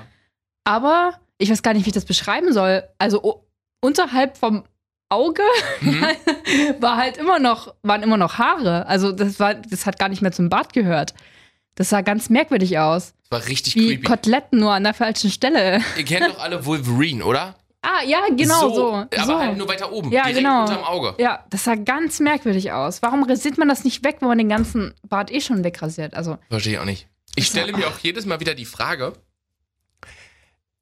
Speaker 2: aber ich weiß gar nicht, wie ich das beschreiben soll. Also o- unterhalb vom Auge
Speaker 1: Mhm.
Speaker 2: war halt immer noch, waren immer noch Haare. Also das war, das hat gar nicht mehr zum Bart gehört. Das sah ganz merkwürdig aus.
Speaker 1: War richtig
Speaker 2: wie
Speaker 1: creepy.
Speaker 2: Koteletten nur an der falschen Stelle.
Speaker 1: Ihr kennt doch alle Wolverine, oder?
Speaker 2: Ah, ja, genau so.
Speaker 1: Aber
Speaker 2: so.
Speaker 1: halt nur weiter oben.
Speaker 2: Ja,
Speaker 1: direkt
Speaker 2: genau.
Speaker 1: unterm Auge.
Speaker 2: ja, das sah ganz merkwürdig aus. Warum rasiert man das nicht weg, wenn man den ganzen Bart eh schon wegrasiert? Also,
Speaker 1: Verstehe ich auch nicht. Ich stelle mir auch jedes Mal wieder die Frage.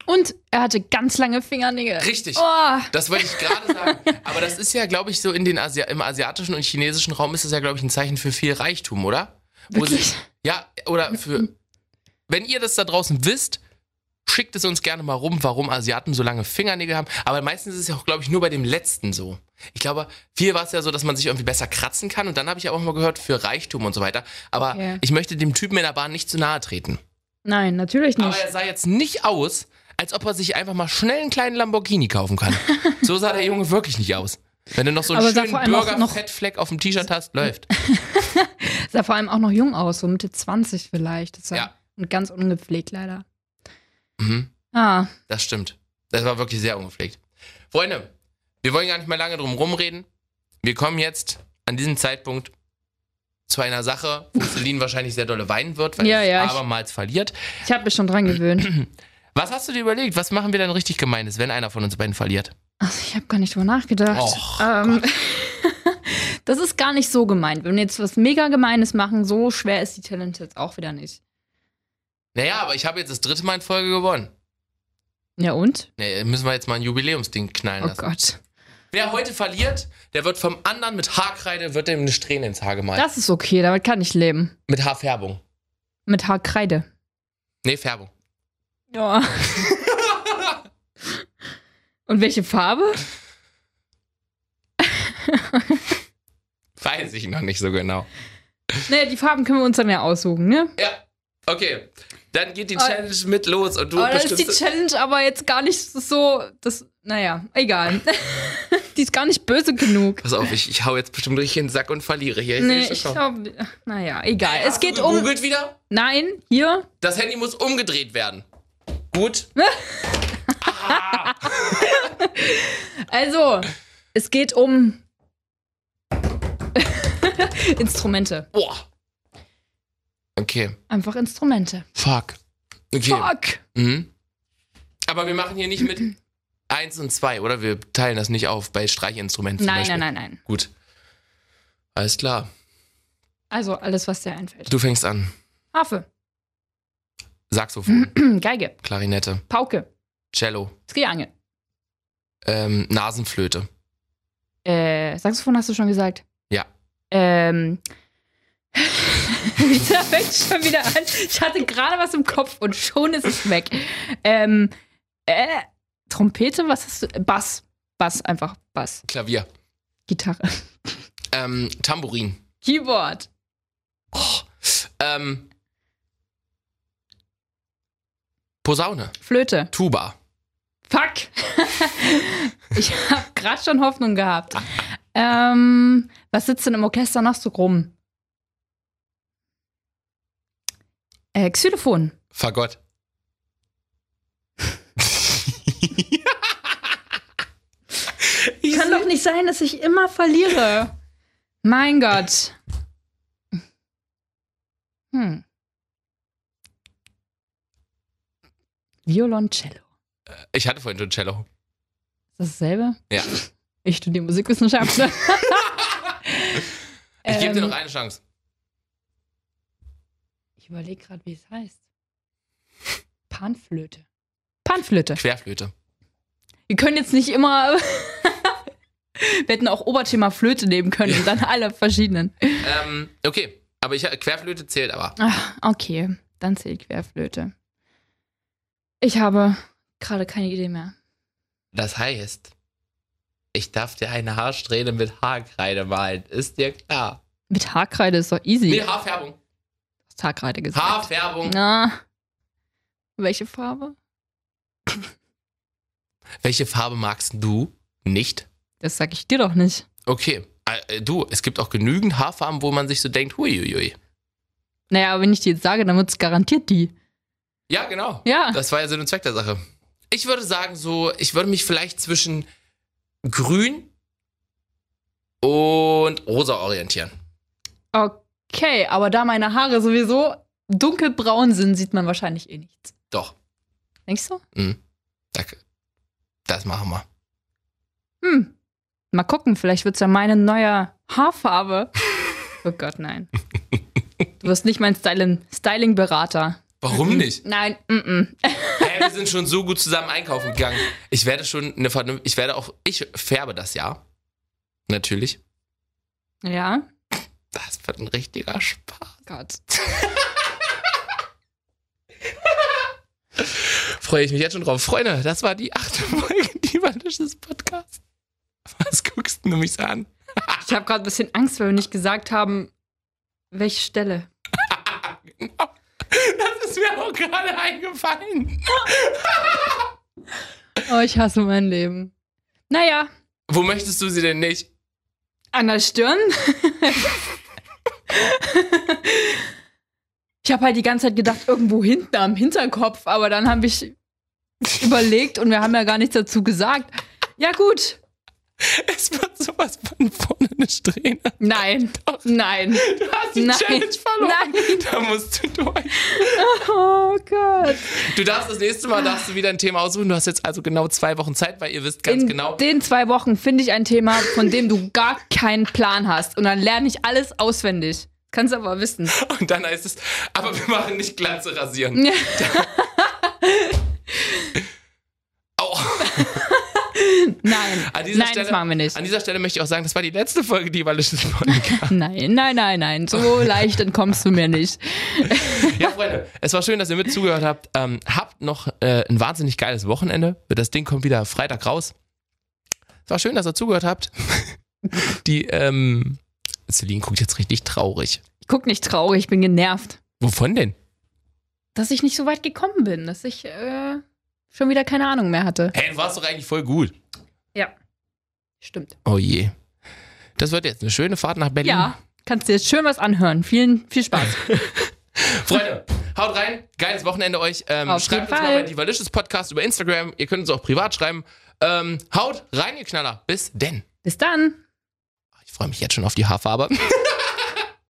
Speaker 2: und er hatte ganz lange Fingernägel.
Speaker 1: Richtig.
Speaker 2: Oh,
Speaker 1: Das wollte ich gerade sagen. Aber das ist ja, glaube ich, so in den Asi im asiatischen und chinesischen Raum ist das ja, glaube ich, ein Zeichen für viel Reichtum, oder? Wo
Speaker 2: wirklich.
Speaker 1: sie- ja, oder für. Wenn ihr das da draußen wisst, schickt es uns gerne mal rum, warum Asiaten so lange Fingernägel haben. Aber meistens ist es ja auch, glaube ich, nur bei dem letzten so. Ich glaube, viel war es ja so, dass man sich irgendwie besser kratzen kann. Und dann habe ich aber auch mal gehört, für Reichtum und so weiter. Aber
Speaker 2: Okay.
Speaker 1: ich möchte dem Typen in der Bahn nicht zu nahe treten.
Speaker 2: Nein, natürlich
Speaker 1: Aber
Speaker 2: nicht.
Speaker 1: er sah jetzt nicht aus, als ob er sich einfach mal schnell einen kleinen Lamborghini kaufen kann. so sah der Junge wirklich nicht aus. Wenn du noch so einen
Speaker 2: Aber sah
Speaker 1: schönen
Speaker 2: vor allem auch noch-
Speaker 1: Burger-Fettfleck auf dem T-Shirt hast, läuft.
Speaker 2: Sah vor allem auch noch jung aus, so Mitte 20 vielleicht. Das sah
Speaker 1: Ja.
Speaker 2: Und ganz ungepflegt leider.
Speaker 1: Mhm,
Speaker 2: Ah,
Speaker 1: das stimmt. Das war wirklich sehr ungepflegt. Freunde, wir wollen gar nicht mehr lange drum rumreden. Wir kommen jetzt an diesem Zeitpunkt zu einer Sache, wo Celine wahrscheinlich sehr dolle weinen wird, weil
Speaker 2: Ja,
Speaker 1: sie
Speaker 2: ja,
Speaker 1: es
Speaker 2: ich-
Speaker 1: abermals verliert.
Speaker 2: ich habe mich schon dran gewöhnt.
Speaker 1: Was hast du dir überlegt? Was machen wir denn richtig Gemeines, wenn einer von uns beiden verliert?
Speaker 2: Also ich habe gar nicht drüber nachgedacht.
Speaker 1: Och,
Speaker 2: ähm, das ist gar nicht so gemeint. Wenn wir jetzt was mega Gemeines machen, so schwer ist die Talent jetzt auch wieder nicht.
Speaker 1: Naja, aber ich habe jetzt das dritte Mal in Folge gewonnen.
Speaker 2: Ja und?
Speaker 1: Nee, müssen wir jetzt mal ein Jubiläumsding knallen
Speaker 2: Oh
Speaker 1: lassen.
Speaker 2: Gott.
Speaker 1: Wer heute verliert, der wird vom anderen mit Haarkreide, wird dem eine Strähne ins Haar gemalt.
Speaker 2: Das ist okay, damit kann ich leben.
Speaker 1: mit Haarfärbung.
Speaker 2: Mit Haarkreide.
Speaker 1: Nee, Färbung.
Speaker 2: Ja. und welche Farbe?
Speaker 1: Weiß ich noch nicht so genau.
Speaker 2: Naja, die Farben können wir uns dann ja aussuchen, ne?
Speaker 1: Ja, okay. Dann geht die
Speaker 2: Oh.
Speaker 1: Challenge mit los und du
Speaker 2: Aber da ist die
Speaker 1: bestimmst.
Speaker 2: Challenge aber jetzt gar nicht so, das, naja, egal. die ist gar nicht böse genug.
Speaker 1: Pass auf, ich, ich hau jetzt bestimmt richtig in den Sack und verliere hier.
Speaker 2: nee,
Speaker 1: seh's
Speaker 2: ich
Speaker 1: schon kommen.
Speaker 2: glaube, naja, egal.
Speaker 1: Hast
Speaker 2: es geht
Speaker 1: du
Speaker 2: um,
Speaker 1: Googelt wieder?
Speaker 2: nein, hier,
Speaker 1: Das Handy muss umgedreht werden. Gut.
Speaker 2: Ne? also, es geht um Instrumente.
Speaker 1: Boah. Okay.
Speaker 2: Einfach Instrumente.
Speaker 1: Fuck. Okay.
Speaker 2: Fuck!
Speaker 1: Mhm. Aber wir machen hier nicht mit 1 und 2, oder? Wir teilen das nicht auf bei Streichinstrumenten. zum
Speaker 2: Nein,
Speaker 1: Beispiel.
Speaker 2: nein, nein, nein.
Speaker 1: Gut. Alles klar.
Speaker 2: Also, alles, was dir einfällt.
Speaker 1: Du fängst an.
Speaker 2: Harfe, Mhm.
Speaker 1: Saxophon,
Speaker 2: Geige,
Speaker 1: Klarinette,
Speaker 2: Pauke,
Speaker 1: Cello,
Speaker 2: Triangel.
Speaker 1: ähm, Nasenflöte.
Speaker 2: Äh, Saxophon hast du schon gesagt?
Speaker 1: Ja.
Speaker 2: Ähm. Wieder fängt schon wieder an. Ich hatte gerade was im Kopf und schon ist es weg. Ähm, äh, Trompete, was hast du? Bass. Bass, einfach Bass.
Speaker 1: Klavier.
Speaker 2: Gitarre.
Speaker 1: Ähm, Tambourin.
Speaker 2: Keyboard.
Speaker 1: Ähm, Posaune.
Speaker 2: Flöte.
Speaker 1: Tuba.
Speaker 2: Fuck. ich habe gerade schon Hoffnung gehabt. Ähm, was sitzt denn im Orchester noch so rum? Äh, Xylophon.
Speaker 1: Fagott.
Speaker 2: Kann doch nicht sein, dass ich immer verliere. Mein Gott. Hm. Violoncello.
Speaker 1: Ich hatte vorhin schon Cello.
Speaker 2: Ist das dasselbe?
Speaker 1: Ja.
Speaker 2: Ich studiere Musikwissenschaft.
Speaker 1: Ich gebe dir
Speaker 2: Ähm.
Speaker 1: noch eine Chance.
Speaker 2: Ich überlege gerade, wie es heißt. Panflöte. Panflöte.
Speaker 1: Querflöte.
Speaker 2: Wir können jetzt nicht immer. Wir hätten auch Oberthema Flöte nehmen können und dann alle verschiedenen.
Speaker 1: Ähm, okay, aber ich, Querflöte zählt aber.
Speaker 2: Ach, okay, dann zähle ich Querflöte. Ich habe gerade keine Idee mehr.
Speaker 1: Das heißt, ich darf dir eine Haarsträhne mit Haarkreide malen. Ist dir klar?
Speaker 2: Mit Haarkreide ist doch easy.
Speaker 1: Nee,
Speaker 2: Ja.
Speaker 1: Haarfärbung.
Speaker 2: Hast Haarkreide gesagt.
Speaker 1: Haarfärbung.
Speaker 2: Na. Welche Farbe?
Speaker 1: Welche Farbe magst du nicht?
Speaker 2: Das sag ich dir doch nicht.
Speaker 1: Okay. Äh, äh, du, es gibt auch genügend Haarfarben, wo man sich so denkt, huiuiui.
Speaker 2: Naja, aber wenn ich die jetzt sage, dann wird es garantiert die.
Speaker 1: Ja, genau.
Speaker 2: Ja.
Speaker 1: Das war ja Sinn und Zweck der Sache. Ich würde sagen, so, ich würde mich vielleicht zwischen grün und rosa orientieren.
Speaker 2: Okay, aber da meine Haare sowieso dunkelbraun sind, sieht man wahrscheinlich eh nichts.
Speaker 1: Doch.
Speaker 2: Denkst du?
Speaker 1: Danke. Mhm. Das machen wir.
Speaker 2: Hm. Mal gucken, vielleicht wird's ja meine neue Haarfarbe. Oh Gott, nein. Du wirst nicht mein Styling- Styling-Berater.
Speaker 1: Warum nicht?
Speaker 2: Nein, mm -mm.
Speaker 1: Mhm. Hey, wir sind schon so gut zusammen einkaufen gegangen. Ich werde schon eine Vernünft ich werde auch, ich färbe das ja. Natürlich.
Speaker 2: Ja,
Speaker 1: Das wird ein richtiger Spaß.
Speaker 2: Oh Gott.
Speaker 1: Freue ich mich jetzt schon drauf. Freunde, das war die achte Folge Diebandisches Podcast. Was guckst du mich so an?
Speaker 2: Ich habe gerade ein bisschen Angst, weil wir nicht gesagt haben, welche Stelle.
Speaker 1: Das ist mir auch gerade eingefallen.
Speaker 2: Oh, ich hasse mein Leben. Naja,
Speaker 1: Wo möchtest du sie denn nicht?
Speaker 2: an der Stirn. ich habe halt die ganze Zeit gedacht, irgendwo hinten am Hinterkopf, aber dann habe ich überlegt und wir haben ja gar nichts dazu gesagt. Ja, gut.
Speaker 1: Es wird sowas von vorne eine Strähne.
Speaker 2: Nein. Nein.
Speaker 1: Du hast die
Speaker 2: Nein.
Speaker 1: Challenge verloren.
Speaker 2: Nein.
Speaker 1: Da musst du durch.
Speaker 2: Oh Gott.
Speaker 1: Du darfst das nächste Mal darfst du wieder ein Thema aussuchen. Du hast jetzt also genau zwei Wochen Zeit, weil ihr wisst ganz
Speaker 2: In
Speaker 1: genau.
Speaker 2: den zwei Wochen finde ich ein Thema, von dem du gar keinen Plan hast. Und dann lerne ich alles auswendig. Kannst aber wissen.
Speaker 1: Und dann heißt es, aber wir machen nicht Glatze rasieren.
Speaker 2: Ja.
Speaker 1: Au.
Speaker 2: Nein.
Speaker 1: Oh. An dieser
Speaker 2: Nein,
Speaker 1: Stelle,
Speaker 2: das machen wir nicht.
Speaker 1: An dieser Stelle möchte ich auch sagen, das war die letzte Folge, die Wallisches Podcast.
Speaker 2: Nein, nein, nein, nein. So leicht entkommst du mir nicht.
Speaker 1: ja, Freunde, es war schön, dass ihr mit zugehört habt. Ähm, habt noch äh, ein wahnsinnig geiles Wochenende. Das Ding kommt wieder Freitag raus. Es war schön, dass ihr zugehört habt. die, ähm, Celine guckt jetzt richtig traurig.
Speaker 2: Ich guck nicht traurig, ich bin genervt.
Speaker 1: Wovon denn?
Speaker 2: Dass ich nicht so weit gekommen bin, dass ich äh, schon wieder keine Ahnung mehr hatte.
Speaker 1: Hey, du warst doch eigentlich voll gut.
Speaker 2: Ja. Stimmt.
Speaker 1: Oh je. Das wird jetzt eine schöne Fahrt nach Berlin.
Speaker 2: Ja, kannst dir jetzt schön was anhören. Vielen, viel Spaß.
Speaker 1: Freunde, haut rein. Geiles Wochenende euch. Ähm,
Speaker 2: Auf
Speaker 1: schreibt
Speaker 2: jeden
Speaker 1: uns mal
Speaker 2: Fall.
Speaker 1: bei die Valisches Podcast über Instagram. Ihr könnt uns auch privat schreiben. Ähm, haut rein, ihr Knaller. Bis denn.
Speaker 2: Bis dann.
Speaker 1: Ich freue mich jetzt schon auf die Haarfarbe.